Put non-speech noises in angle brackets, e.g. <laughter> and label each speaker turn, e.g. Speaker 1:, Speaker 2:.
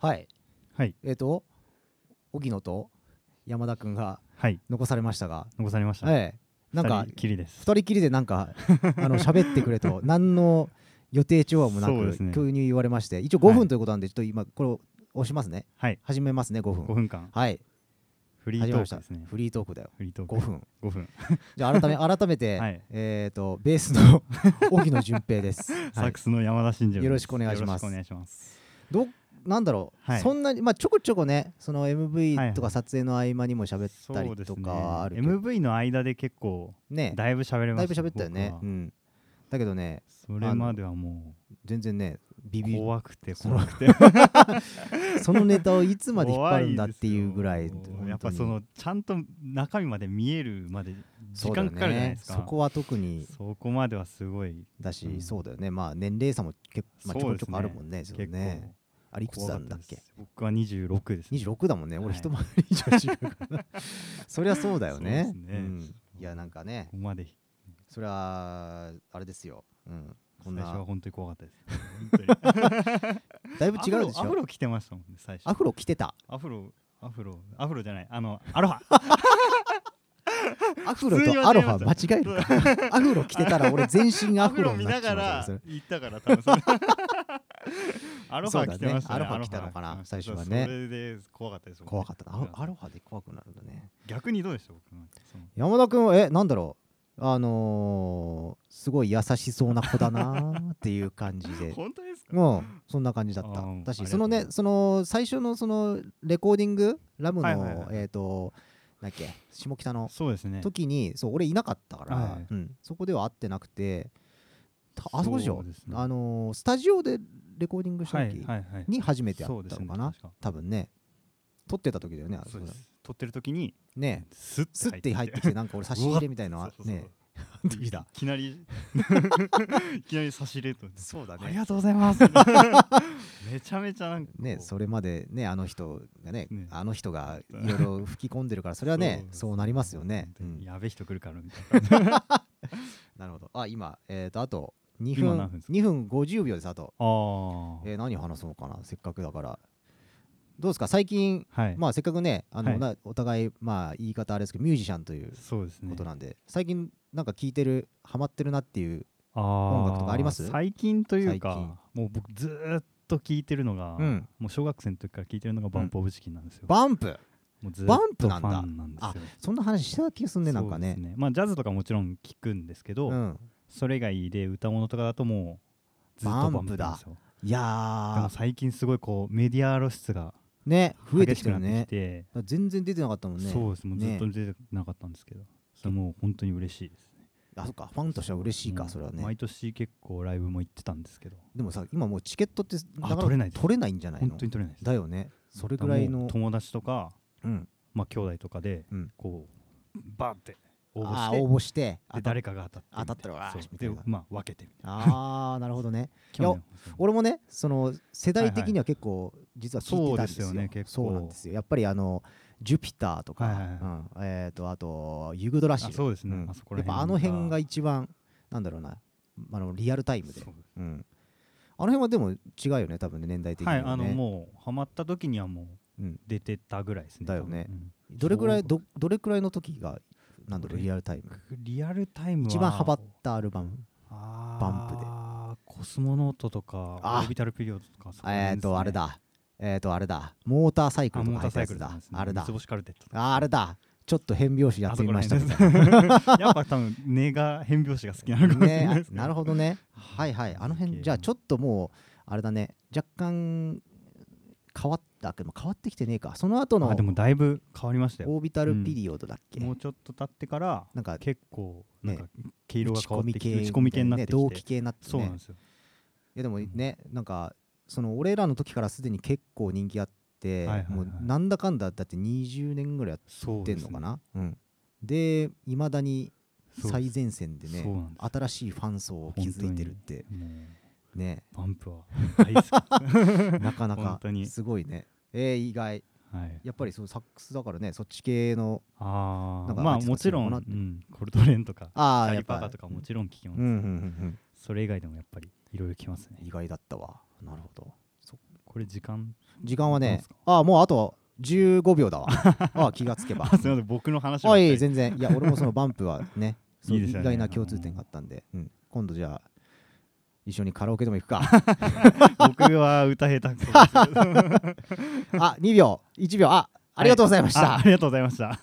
Speaker 1: はい
Speaker 2: はい
Speaker 1: えっ、と荻野と山田君が
Speaker 2: はい
Speaker 1: 残されましたが
Speaker 2: 残されました、
Speaker 1: ええなんか
Speaker 2: 二人きりです
Speaker 1: 二人きりでなん
Speaker 2: <laughs>
Speaker 1: かあの喋ってくれと何の予定調和もな
Speaker 2: そうです
Speaker 1: く
Speaker 2: ね
Speaker 1: 急に言われまして、一応
Speaker 2: は
Speaker 1: 5
Speaker 2: い
Speaker 1: 分ということなんでちょっと今これを押しますね
Speaker 2: はい
Speaker 1: 始めますね5分
Speaker 2: 5分間
Speaker 1: はい
Speaker 2: フリ
Speaker 1: 始
Speaker 2: ー
Speaker 1: ま
Speaker 2: ト
Speaker 1: りま
Speaker 2: ー
Speaker 1: し
Speaker 2: ク
Speaker 1: た
Speaker 2: ですね
Speaker 1: フリートークだよ
Speaker 2: フリートーク
Speaker 1: 5分
Speaker 2: 5分
Speaker 1: じゃあ
Speaker 2: <laughs>
Speaker 1: 改め改めて、
Speaker 2: はい
Speaker 1: えっ、とベースの <laughs> 荻野純平です、
Speaker 2: <laughs> サ
Speaker 1: は
Speaker 2: ッ
Speaker 1: い
Speaker 2: ク、スの山田真二郎です
Speaker 1: よろしくお願いします
Speaker 2: よろしくお願いします
Speaker 1: どうなんだろう、
Speaker 2: はい
Speaker 1: そんなにまあちょこちょこねその
Speaker 2: はいは
Speaker 1: MV
Speaker 2: い
Speaker 1: とか撮影の合間にも喋ったりとかはあるけど、
Speaker 2: MV の間で結構
Speaker 1: ね
Speaker 2: だいぶ喋れま
Speaker 1: だい
Speaker 2: し
Speaker 1: ぶ喋
Speaker 2: た
Speaker 1: ったよね
Speaker 2: 僕は
Speaker 1: うんだけどね
Speaker 2: それまではも
Speaker 1: 全然ねビ
Speaker 2: う
Speaker 1: ビ
Speaker 2: 怖くて
Speaker 1: その
Speaker 2: 怖くて
Speaker 1: そのネタをいつまで引っ張るんだっていうぐらい
Speaker 2: 怖ですよ
Speaker 1: 本当に
Speaker 2: やっぱそのちゃんと中身まで見えるまで時間かかるじゃないですか
Speaker 1: そうだよねそこは特に
Speaker 2: そこまではすごい
Speaker 1: だし、
Speaker 2: うん
Speaker 1: そうだよねまあ年齢差も結構、まあ、ちょ
Speaker 2: そう
Speaker 1: こち
Speaker 2: で
Speaker 1: ょ
Speaker 2: す
Speaker 1: こ
Speaker 2: ね
Speaker 1: あるもんねそう
Speaker 2: 結構
Speaker 1: ねあれいくつなんだっけ
Speaker 2: 怖かたです僕は26ですね
Speaker 1: 26だもんね俺
Speaker 2: はい
Speaker 1: 一回り以上違う
Speaker 2: <laughs>
Speaker 1: からなそりゃそうだよね
Speaker 2: そうですね
Speaker 1: ん、いやなんかね
Speaker 2: ここまで
Speaker 1: それはあれですよ、うん、こ
Speaker 2: 最
Speaker 1: ん
Speaker 2: 初は
Speaker 1: な
Speaker 2: 本当に怖かったです本当に
Speaker 1: だいぶ違うでし
Speaker 2: アフロアフ
Speaker 1: ょ
Speaker 2: ロ着てましたもんね最初
Speaker 1: アフロ着てた
Speaker 2: アフロアフロアフロじゃないあのアロハ
Speaker 1: アフロとアロハ間違えるか
Speaker 2: <laughs>
Speaker 1: アフロ着てたら俺全身
Speaker 2: ア
Speaker 1: ア
Speaker 2: フ
Speaker 1: フ
Speaker 2: ロ
Speaker 1: ロ
Speaker 2: 見
Speaker 1: にな
Speaker 2: な
Speaker 1: っちゃ
Speaker 2: が
Speaker 1: うから
Speaker 2: ら
Speaker 1: それ
Speaker 2: 行ったから多分それアロハ着てまし
Speaker 1: そうだねア
Speaker 2: たね
Speaker 1: ロハ着たのかな
Speaker 2: アロハ
Speaker 1: 最初はね
Speaker 2: それで怖かったです僕
Speaker 1: 怖かったなアロアロハで怖くなるんだね
Speaker 2: 逆にどうでした僕なんてその
Speaker 1: 山田君はえなんだろうあのー、すごい優しそうな子だなーっていう感じ
Speaker 2: <laughs>
Speaker 1: で
Speaker 2: 本当ですか
Speaker 1: もうそんな感じだっ
Speaker 2: あー
Speaker 1: ただ
Speaker 2: あ
Speaker 1: し
Speaker 2: りがとう
Speaker 1: そのねその最初のそのレコーディングラムの、
Speaker 2: はいはいはい
Speaker 1: えっ、となんだっけ下北の
Speaker 2: そうですね
Speaker 1: 時にそう俺いなかったから、
Speaker 2: はい
Speaker 1: うん、そこでは会ってなくてたあそこでしょ
Speaker 2: そうですね
Speaker 1: あのースタジオでレコーディングした
Speaker 2: はい
Speaker 1: 時
Speaker 2: はいはい
Speaker 1: に初めて会
Speaker 2: そう
Speaker 1: っ
Speaker 2: で
Speaker 1: た
Speaker 2: す
Speaker 1: の
Speaker 2: ね
Speaker 1: かな、
Speaker 2: 確か
Speaker 1: 多分ね撮ってた時だよねあ
Speaker 2: そうで
Speaker 1: そ
Speaker 2: す撮ってる時に
Speaker 1: うだね
Speaker 2: スッ
Speaker 1: スッて入ってきてなんか俺差し入れみたいなの
Speaker 2: <laughs>
Speaker 1: あ
Speaker 2: そうそうそう
Speaker 1: ね
Speaker 2: <laughs> い
Speaker 1: 時だ
Speaker 2: きなりいきなり差し入れと
Speaker 1: そうだ
Speaker 2: ありがとうございます <laughs> めちゃめちゃなんかこう
Speaker 1: ねそれまでねあの人がね
Speaker 2: ね
Speaker 1: あの人
Speaker 2: <laughs>
Speaker 1: がいろいろ吹き込んでるからそれはねそうなりますよね
Speaker 2: 本当
Speaker 1: うん
Speaker 2: にやべえ人来るからみた
Speaker 1: <laughs>
Speaker 2: いな
Speaker 1: なるほどあ今えっとあと2
Speaker 2: 今
Speaker 1: 分
Speaker 2: 何分ですか
Speaker 1: 2分50秒ですあと
Speaker 2: あー
Speaker 1: えー何話そうかなせっかくだからどうですか最近
Speaker 2: はい
Speaker 1: まあせっかくねあ
Speaker 2: は
Speaker 1: の
Speaker 2: い
Speaker 1: なお互いまあ言い方あれですけどミュージシャンという
Speaker 2: そうですね
Speaker 1: ことなんで最近なんか聴いてるハマってるなっていう
Speaker 2: 音
Speaker 1: 楽とかあります
Speaker 2: 最近という
Speaker 1: 最
Speaker 2: かもう僕ずーっと聴いてるのが、
Speaker 1: うん
Speaker 2: もう小学生の時から聴いてるのがバンプ・オブ・チキンなんですよ、
Speaker 1: バンプ
Speaker 2: もうずーっ
Speaker 1: バンプ
Speaker 2: とフ
Speaker 1: なんだ
Speaker 2: ァンなんですよ
Speaker 1: そんな話してた気がすんねなんか
Speaker 2: そう
Speaker 1: ね
Speaker 2: ですまあジャズとかもちろん聴くんですけど、
Speaker 1: うん
Speaker 2: それ以外で歌物とかだともうずっとバンプなんですよ
Speaker 1: いや
Speaker 2: でも
Speaker 1: ー
Speaker 2: 最近すごいこうメディア露出が
Speaker 1: ね増えて
Speaker 2: 激
Speaker 1: き
Speaker 2: してくな
Speaker 1: る
Speaker 2: って
Speaker 1: ね
Speaker 2: きて
Speaker 1: だから全然出てなかったもんね
Speaker 2: そうですもうずっと
Speaker 1: ね
Speaker 2: 出てなかったんですけど、それもう本当に嬉しいですね
Speaker 1: あそっかファンとしては嬉しい
Speaker 2: も
Speaker 1: か
Speaker 2: う
Speaker 1: それはね
Speaker 2: 毎年結構ライブも行ってたんですけど
Speaker 1: でもさ今もうチケットってかか
Speaker 2: 取れないです
Speaker 1: 取れないんじゃない
Speaker 2: 本
Speaker 1: の
Speaker 2: 当に取れないです
Speaker 1: だよねそれぐらい
Speaker 2: も
Speaker 1: の
Speaker 2: う友達とか
Speaker 1: うん
Speaker 2: まあ兄弟とかで
Speaker 1: うん
Speaker 2: こうバーって応募
Speaker 1: あ
Speaker 2: し
Speaker 1: ー
Speaker 2: て
Speaker 1: 応募して
Speaker 2: で誰かが当たってみいな
Speaker 1: 当たったらわー
Speaker 2: そう
Speaker 1: みたい
Speaker 2: で
Speaker 1: な
Speaker 2: まあ分けてみたいな
Speaker 1: ああなるほどね
Speaker 2: 去年そう
Speaker 1: 俺もねその世代的には結構実は聞いてたんですよ,、
Speaker 2: そうですよね結構
Speaker 1: そうなんですよやっぱりあのジュピターとか、
Speaker 2: はいはいはい
Speaker 1: うんえー、とあとユグドラシ
Speaker 2: あ
Speaker 1: ル
Speaker 2: そうですね、
Speaker 1: うん
Speaker 2: あそこ
Speaker 1: や
Speaker 2: ら
Speaker 1: っぱあの辺が一番なんだろうなあのリアルタイムで
Speaker 2: そう
Speaker 1: うん、あの辺はでも違うよね多分ね年代的に
Speaker 2: は
Speaker 1: は、
Speaker 2: い
Speaker 1: ね
Speaker 2: あのもうハマった時にはもう
Speaker 1: うん、
Speaker 2: 出てたぐらいですね
Speaker 1: だよね
Speaker 2: 多分うん
Speaker 1: どれくらい
Speaker 2: そう
Speaker 1: どどれくらいの時がなんだろう
Speaker 2: どれ
Speaker 1: リアルタイム
Speaker 2: リアルタイムは
Speaker 1: 一番ハマったアルバム
Speaker 2: バ
Speaker 1: ンプで
Speaker 2: コスモノートとかオ
Speaker 1: あ
Speaker 2: ービタルピリオドとかそこら辺
Speaker 1: えっ、
Speaker 2: ですね
Speaker 1: とあれだえっ、とあれだモーターサイク
Speaker 2: あ
Speaker 1: ルと
Speaker 2: モ
Speaker 1: か
Speaker 2: ー
Speaker 1: 入
Speaker 2: タ
Speaker 1: ったや
Speaker 2: ーサイク
Speaker 1: つ
Speaker 2: ルと
Speaker 1: だ
Speaker 2: かですね
Speaker 1: あれ
Speaker 2: 三
Speaker 1: だ
Speaker 2: つ星カルテットとか
Speaker 1: ああれだちょっと変拍子やってみました
Speaker 2: あ
Speaker 1: みた
Speaker 2: そこ
Speaker 1: い
Speaker 2: ら
Speaker 1: な
Speaker 2: 辺ですやっぱ多分根が変拍子が好きな <laughs> のかもしれない
Speaker 1: ね
Speaker 2: です
Speaker 1: あ
Speaker 2: ね
Speaker 1: なるほどねはいはいあの辺じゃあちょっともうあれだね若干変わったけど変わってきてねえかその後の
Speaker 2: あでもだいぶ変わりましたよ
Speaker 1: オービタルピリオドだっけ、
Speaker 2: もうちょっと経ってから
Speaker 1: なんか
Speaker 2: 結構な
Speaker 1: ね
Speaker 2: んか毛色が変わってきて打ち
Speaker 1: 打
Speaker 2: 込み系になってき
Speaker 1: ね、同期
Speaker 2: て
Speaker 1: 系になって
Speaker 2: そうなん
Speaker 1: ね
Speaker 2: ですよ
Speaker 1: いやでも
Speaker 2: うん
Speaker 1: ねなんかその俺らの時からすでに結構人気あって、
Speaker 2: はいはいはい
Speaker 1: もうなんだかんだだって20年ぐらいや
Speaker 2: そ
Speaker 1: っ
Speaker 2: う
Speaker 1: て
Speaker 2: で
Speaker 1: んの
Speaker 2: すね
Speaker 1: かなうんでいまだに
Speaker 2: そう
Speaker 1: 最前線でね
Speaker 2: そうなんで
Speaker 1: 新しいファン層を築いてるって
Speaker 2: すもう
Speaker 1: ね
Speaker 2: バンプは大好き
Speaker 1: <laughs> なかな
Speaker 2: 本
Speaker 1: か
Speaker 2: 当に
Speaker 1: すごいねえー、意外
Speaker 2: はい
Speaker 1: やっぱりそのサックスだからねそっち系の
Speaker 2: あ
Speaker 1: な
Speaker 2: あ
Speaker 1: んか
Speaker 2: ま
Speaker 1: アー
Speaker 2: あ
Speaker 1: ティスト
Speaker 2: もちろん
Speaker 1: 好
Speaker 2: う
Speaker 1: きなのか
Speaker 2: んコルトレーンとか
Speaker 1: あ
Speaker 2: サ
Speaker 1: あや
Speaker 2: リ
Speaker 1: っ
Speaker 2: パ
Speaker 1: ぱ
Speaker 2: ーガとかもちろん聞きます
Speaker 1: うんうんうん
Speaker 2: それ以外でもやっぱりいろいろ来ます
Speaker 1: う
Speaker 2: ね
Speaker 1: ん。意外だったわなるほど
Speaker 2: これ時間
Speaker 1: 時間は
Speaker 2: どうで
Speaker 1: ね
Speaker 2: すか
Speaker 1: ああもうあと15秒だわああ気がつけ
Speaker 2: <laughs>
Speaker 1: ば
Speaker 2: あすみません僕の話ばっ
Speaker 1: あ
Speaker 2: かり
Speaker 1: いい全然いや俺もそのバンプはねそう
Speaker 2: いいで
Speaker 1: 意
Speaker 2: すよね
Speaker 1: 外な共通点があったんで、うん、今度じゃあ一緒にカラオケでも行くか
Speaker 2: 僕は歌下手くそです
Speaker 1: <laughs> あ2秒1秒あありがとうございました、
Speaker 2: あありがとうございました